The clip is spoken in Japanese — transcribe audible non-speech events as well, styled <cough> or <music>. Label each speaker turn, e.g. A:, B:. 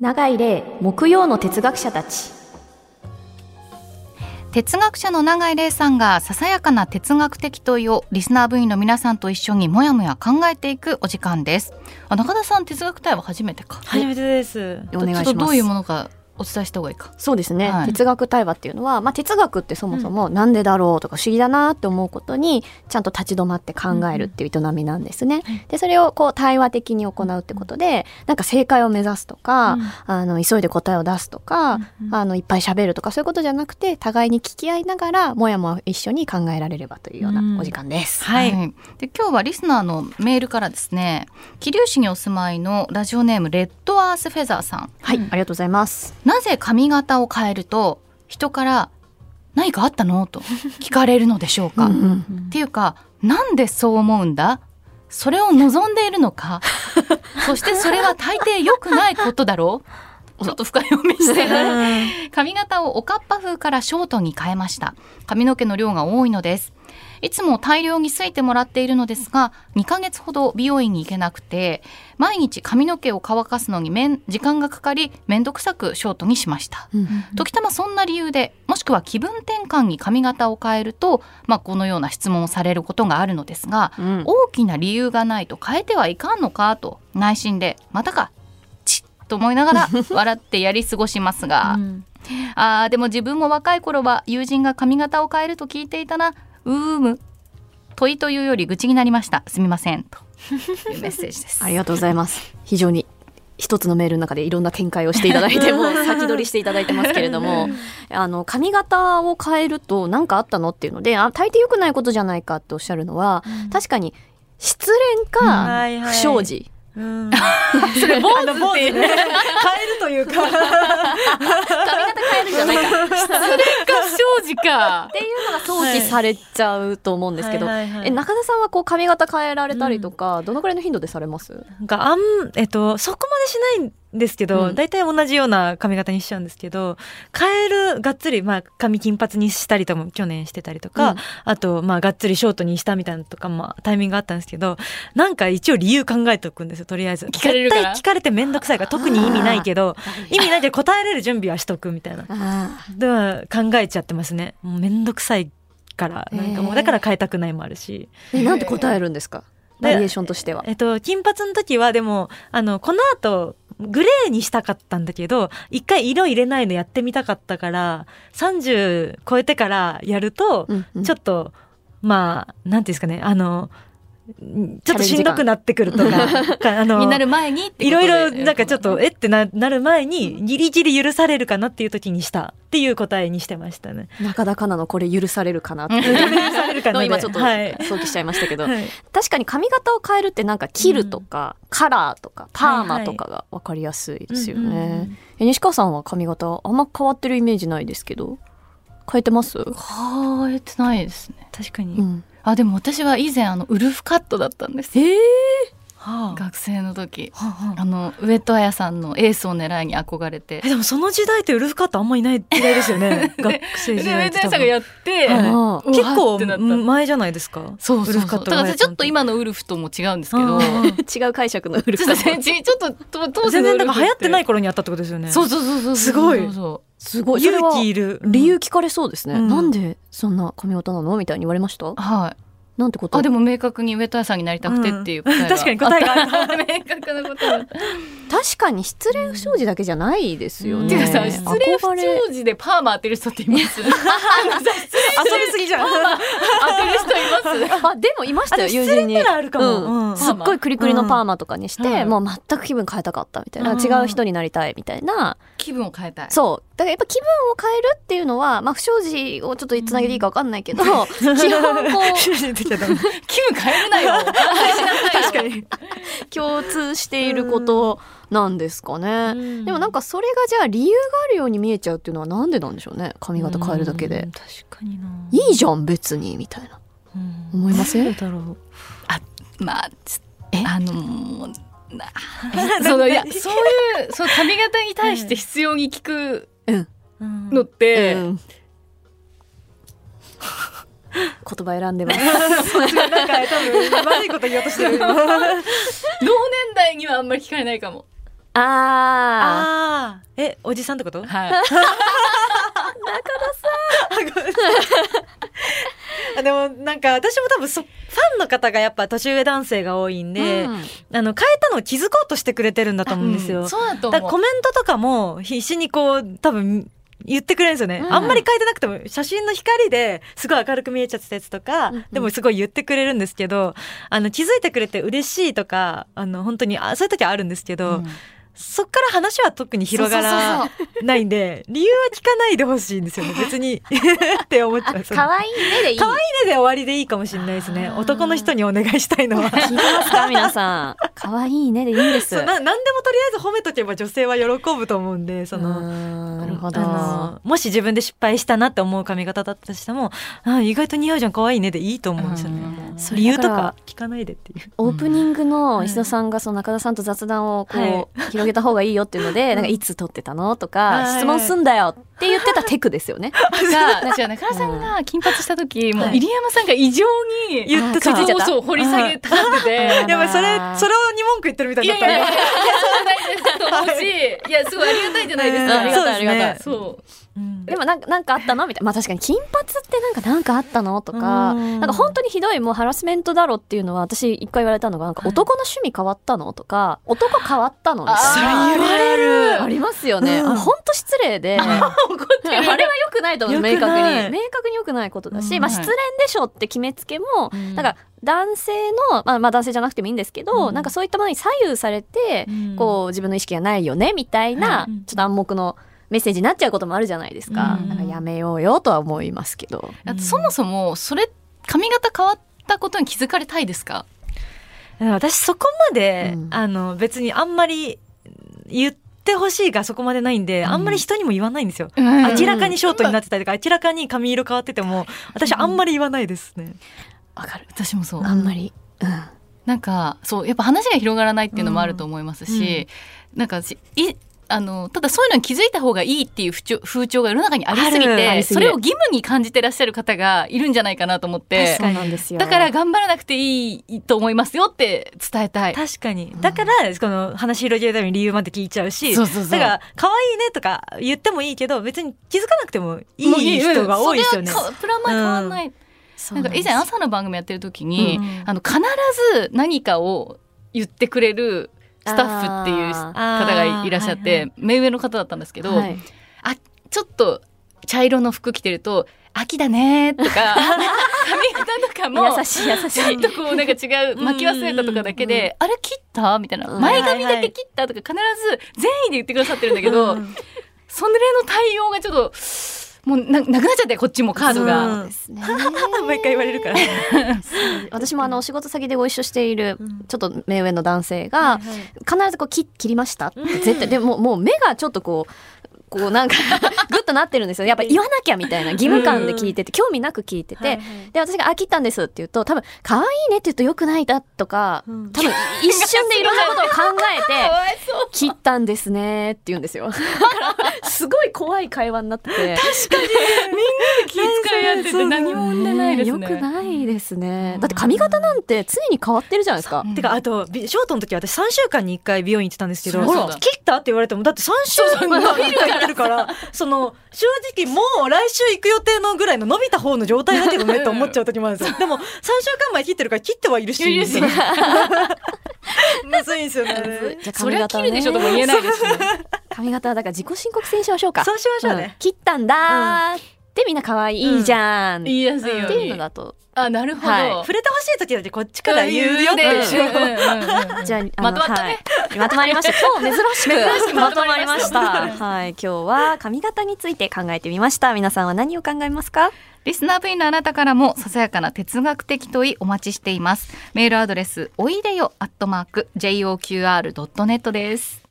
A: 長井玲木曜の哲学者たち
B: 哲学者の永井玲さんがささやかな哲学的問いをリスナー部員の皆さんと一緒にもやもや考えていくお時間ですあ中田さん哲学対は初めてか
C: 初めてです。
A: お願いします
B: ちょっとどういうものかお伝えした方がいいか
A: そうですね、
B: はい
A: 哲学対話っていうのは、まあ、哲学ってそもそもなんでだろうとか不思議だなって思うことにちゃんと立ち止まって考えるっていう営みなんですね。でそれをこう対話的に行うってことでなんか正解を目指すとか、あの急いで答えを出すとか、
C: うん
A: あのいっぱい喋るとかそういうことじゃなくて互いに聞き合いながらもやもや一緒に考えられればというようなお時間です。
C: はい
B: で今日はリスナーのメールからですね桐生市にお住まいのラジオネームレッドアースフェザーさん
A: はい、ありがとうございます。
B: なぜ髪型を変えると人から何かあったのと聞かれるのでしょうか、
A: うんうん
B: っていうかなんでそう思うんだそれを望んでいるの <laughs> かそしてそれは大抵良くないことだろ <laughs> うちょっと深読みしてる <laughs> 髪型をおかっぱ風からショートに変えました髪の毛の量が多いのですいつも大量にすいてもらっているのですが2ヶ月ほど美容院に行けなくて毎日髪の毛を乾かすのにめん時間がかかりめんどくさくショートにしました時たまそんな理由でもしくは気分転換に髪型を変えると、まあ、このような質問をされることがあるのですが、
A: うん
B: 大きな理由がないと変えてはいかんのかと内心でまたかチッと思いなが
C: <laughs>
B: ら笑ってやり過ごしますが、あーでも自分も若い頃は友人が髪型を変えると聞いていたなうーむ問いというより愚痴になりましたすみませんと
C: <laughs>
B: いうメッセージです。
A: ありがとうございます。非常に一つのメールの中でいろんな見解をしていただいても
C: <laughs>
A: う先取りしていただいてますけれどもあの髪型を変えると何かあったのっていうのであ大抵良くないことじゃないかっておっしゃるのは、確かに失恋
C: うんはい
A: か
C: は
A: 不
C: い
A: 祥事、
C: うん。 <laughs> それ坊主ってね。変えるというか。
A: 髪型変えるんじゃないかっ
B: 正直
C: <laughs>
B: か
A: ていうのが想起されちゃうと思うんですけど、
C: はいはいはい
A: え中田さんはこう髪型変えられたりとか、どのくらいの頻度でされます
C: なんかあん、えっと、そこまでしないんですけ
A: う
C: ど、
A: ん
C: 大体同じような髪型にしちゃうんですけど、変える、がっつり、まあ、髪金髪にしたりとも去年してたりと
A: うん
C: か、あと、まあ、がっつりショートにしたみたいなのとかもタイミングがあったんですけど、なんか一応理由考えておくんですよ、とりあえず。
B: 聞かれるから
C: 絶対聞かれてめんどくさいから、特に意味ないけど、意味ないけど答えれる準備はしとくみたいな。
A: あ
C: では考えちゃってますねもうめんどくさいからなんかも
A: へー
C: うだから変えたくないもあるし、
A: えなんて答えるんですかバリエーションとしては
C: えっと金髪の時はでもあのこの後グレーにしたかったんだけど一回色入れないのやってみたかったから30超えてからやると
A: うんうん
C: ちょっと、まあなんていうんですかねあのんちょっとしんどくなってくるとか
B: <laughs>
C: かあの
B: になる前にって
C: い
B: こと
C: ろ
B: で
C: いろなんかちょっとえってななる前にギリギリ許されるかなっていう時にしたっていう答えにしてましたね。
A: 中田かなのこれ許されるかな
C: <laughs>
A: って
C: されるか
A: の
C: なで
A: 今ちょっと
C: はい
A: 想起しちゃいましたけど、
C: はい
A: 確かに髪型を変えるってなんか切るとか、カラーとかパーマとかが分かりやすいですよね、
C: はいはいうんうんうん
A: え西川さんは髪型あんま変わってるイメージないですけど変えてます、う
B: 変えてないですね
C: 確かに、
A: ん、
B: あでも私は以前あのウルフカットだったんですよ
C: はあ
B: 学生の時
C: はあはあ
B: あの上戸彩さんのエースを狙いに憧れて
C: えでもその時代ってウルフカットあんまいない時代ですよね学生
B: で <laughs> 上
C: 時
B: 戸
C: 代っ
B: 彩さん
C: て多
B: が
C: 分
B: やって、
C: はいう
B: わ
A: ああ
C: 結
B: ーってな
C: 構
B: った
C: 前じゃないですか
B: そうそう
C: ウル
B: そう
C: フカッ
B: だ
C: トが
B: か
C: 流行
B: ら
C: ったの
B: ちょっと今のウルフとも違うんですけど
C: あー
A: 違う解釈のウル
B: ち
A: フ
B: ょ
A: さ
B: っ
A: ん
B: と全然ちょっとと当時
C: 全
B: のウ
C: 然
B: ル
C: だ
B: フ
C: から流行ってない
B: か
C: 頃にやったってことですよね
B: らそうそうそうそう
C: すごい
B: そうそ
A: すごいそれ
C: 勇
A: は
C: 気いる
A: 理由聞かれそうですね、
C: うん
A: なんでそんな髪型なのみたいに言われました
B: うはい
A: なんてこと
B: あでも明確に上戸彩さんになりたくてっていう答えが、
C: うん <laughs> 確かに答えがあった
B: あった明確な
C: <laughs>
B: 答えだった
A: 確かに失恋不祥事だけじゃないですよね、
C: うん
B: てかさ
C: ね
B: 失恋不
A: 憧れ
B: 祥事でパーマ当てる人っています <laughs>
C: <laughs>
B: あのさ
C: 遊びすぎじゃん
B: 当てる人います
A: あでもいましたよ
C: あでも
A: 友人に
C: 失恋ならあるかも
A: うん
C: うん
A: すっごいクリクリのパーマとかにして、
C: うん
A: もう全く気分変えたかったみたいな、
C: うん
A: 違う人になりたいみたいな、
B: 気分を変えたい
A: そうだからやっぱ気分を変えるっていうのは、まあ、不祥事をちょっとつなげていいか分かんないけど、基本こ
C: 出てきたな
B: 気分変えるなよ反省しなさいよ
C: <laughs> 確かに
A: う共通していることなんですかね、でもなんかそれがじゃあ理由があるように見えちゃうっていうのはなんでなんでしょうね髪型変えるだけ
C: う
A: で
C: ん、確かにない
A: いじゃん別にみたいな
C: うん
A: 思いませ <laughs> ん
C: どうだろう
B: まあつ
A: え
B: あのーな
C: <laughs>
B: そのいやそういうその髪型に対して必要に聞く
C: うん
B: のって、
A: うん <laughs> 言葉選んでます
C: なんか多分悪いこと言おうとして
B: <laughs>
C: るあ
B: 同年代にはあんまり聞かれないかも
A: あー
C: ーおじさんってこと
B: はい。
C: あでもなんか私も多分そファンの方がやっぱ年上男性が多いんで、
A: うん
C: あの変えたのを気づこうとしてくれてるんだと思うんですよ。
B: うんそうだと
C: だから
B: 思
C: コ
B: う。
C: メントとかも必死にこう多分言ってくれるんですよね、
A: うん
C: あんまり変えてなくても写真の光ですごい明るく見えちゃってたやつとか、
A: うんうん
C: でもすごい言ってくれるんですけどあの気づいてくれて嬉しいとかあの本当にあそういう時はあるんですけど、
B: うん
C: そっから話は特に広
B: そう
C: がら
B: そうそう
C: ないんで理由は聞かないでほしいんですよね別にって思っちゃ <laughs> うその
A: 可愛い目でいい。
C: 可愛いねで終わりでいいかもしれないですね
A: あー
C: 男の人にお願いしたいの
A: 聞
C: は
A: いてますか <laughs> 皆さん。可愛いねでいいんです。
C: そうな何でもとりあえず褒めとけば女性は喜ぶと思うんでその。
A: うーんなるほど。
C: あのもし自分で失敗したなって思う髪型だったとしてもあ意外と似合うじゃん可愛いねでいいと思うんですよね、
B: うん
A: それ
C: 理由と
A: だ
C: から聞かないでっていう
A: オープニングの
C: うん
A: 石田さんがその中田さんと雑談をこう、
C: は
A: 広げた方がいいよっていうので、なんかいつ撮ってたのとか、
C: はい
A: 質問すんだよって言ってたテクですよね。
B: が、私は中田さんが金髪した時、もう入山さんが異常に、
C: 言って
A: 気づいちゃ
B: そ
A: っ
B: う
A: た
B: そう、掘り下げたがってて。
A: や
C: やばいそれ
A: だな
C: それに文句言ってるみたい
B: い
C: にな
B: やい
C: った
B: やい
C: <laughs>
B: や、そうないですと思うし、いや、すごいありがたいじゃないですか。
A: うんありがたいありがたい
B: そう。
C: うん
A: でもなんかなんかあったのみたいな。まあ確かに金髪ってなんかなんかあったのとか、
C: うん
A: なんか本当にひどいもうハラスメントだろっていうのは私一回言われたのが、なんか男の趣味変わったのとか、 <laughs> 男変わったのみたい
C: それ
A: な。
C: 言われる
A: ありますよね。
C: うん
A: あ本当失礼 <laughs> で。
B: <laughs> 怒ってる。
A: あれは良くないと思う
C: 良く
A: 明確
C: ない
A: に明確に良くないことだし、
C: うん
A: まあ、失恋でしょって決めつけも、
C: うん
A: なんか男性の、まあ、まあ男性じゃなくてもいいんですけど、
C: うん
A: なんかそういったものに左右されて、
C: うん
A: こう自分の意識がないよねみたいな、
C: うん
A: ちょっと暗黙のメッセージになっちゃうこともあるじゃないですか,、
B: うん
A: なんかやめようよとは思いますけど。
C: うん
B: そもそも、それ、髪型変わったことに気づかれたいですか
C: 私そこまで、
A: うん
C: あの別にあんまり言ってほしいがそこまでないんで、
B: うん
C: あんまり人にも言わないんですよ
B: うん
C: 明らかにショートになってたりとか明らかに髪色変わってても私あんまり言わないですね、
A: わかる
B: 私もそう。
A: あんまり、うん
B: なんかそうやっぱ話が広がらないっていうのもあると思いますし、なんかしいあのただそういうのに気づいた方がいいっていう風潮風潮が世の中にありすぎ
C: ある
A: あ
B: て
A: りすぎ
B: そ
A: る
B: れを義務に感じてらっしゃる方がいるんじゃないかなと思って
A: そうなんですよ
B: だから頑張らなくていいと思いますよって伝えたい。
C: 確かにだからこの話広げるために理由まで聞いちゃうし
B: そうそうそう
C: だから可愛いねとか言ってもいいけど別に気づかなくてもいい人が多いですよね
B: それはかプラマイ変わんない、
A: そう
B: なん
A: なん
B: か
A: で
B: 以
A: す
B: 前朝の番組やってる時に、
C: うん
B: あの必ず何かを言ってくれるスタッフっていう
A: あ
B: 方
A: ー
B: がいらっしゃっ
C: はいは
B: て目上の方だったんですけど、
A: はい
B: あちょっと茶色の服着てると秋だねーとか
C: <laughs>
B: 髪型とかも
A: 優しい優しい
B: ちょっとこうなんか違う巻き忘れたとかだけ
C: うんうん
B: で「あれ切った?」みたいな
A: う
B: 「
A: ん
B: 前髪だけ切った?」とか必ず善意で言ってくださってるんだけど
C: うん
B: それの対応がちょっともうななくなっちゃってこっちもカード
C: うん
B: が。
A: そうですね
C: <laughs> 毎回言われるから、
A: <laughs> 私もあのお仕事先でご一緒している
C: うん
A: ちょっと目上の男性が必ずこう切切りましたって絶対でももう目がちょっとこうこうなん <laughs> かグッとなってるんですよやっぱ言わなきゃみたいな義務感で聞いてて興味なく聞いててで私が「あ切ったんです」って言うと多分「可愛いね」って言うとよくないだとか
C: うん
A: 多分一瞬 <laughs> でいろんなことを考
B: か
A: えて
B: わいそう
A: 「切ったんですね」って言うんですよ。だ <laughs> からすごい怖い会話になってて。
B: 気遣い合ってて何も問題ないですね。
A: よくないですね。だって髪型なんて常に変わってるじゃないですか。
B: うん
C: てかあとびショートの時私3週間に1回美容院行ってたんですけど
B: そうそうだ
C: 切ったって言われてもだって3週間に1回行って
B: <laughs>
C: るからその正直もう来週行く予定のぐらいの伸びた方の状態だけどねって思っちゃう時もあるんですよでも3週間前切ってるから切ってはいるし
B: いるし
C: みたいな <laughs> むずいんですよねあれ
A: じゃあ
B: それは切
A: ね
B: るでしょとも言えないですね。
A: 髪型はだから自己申告制にしましょうか。
C: そうしましょう
A: うん
C: ね、
A: 切ったんだーってみんな可愛いじゃん。っ
B: 言
A: て
B: いやすいように。
A: いうのだと。
B: あなるほど。
A: は
C: 触れてほしい時だってこっちから言うよって
B: うんう
C: いう
B: んうん
A: じゃあ、あ
B: ま
A: の
B: とまったね。
A: はいまとまりました。今日珍しくまとまりました。
B: <laughs> まとまりま
A: はい、今日は髪型について考えてみました。皆さんは何を考えますか？
B: リスナー部員のあなたからもささやかな哲学的問いお待ちしています。メールアドレスおいでよアットマーク joqr ドットネットです。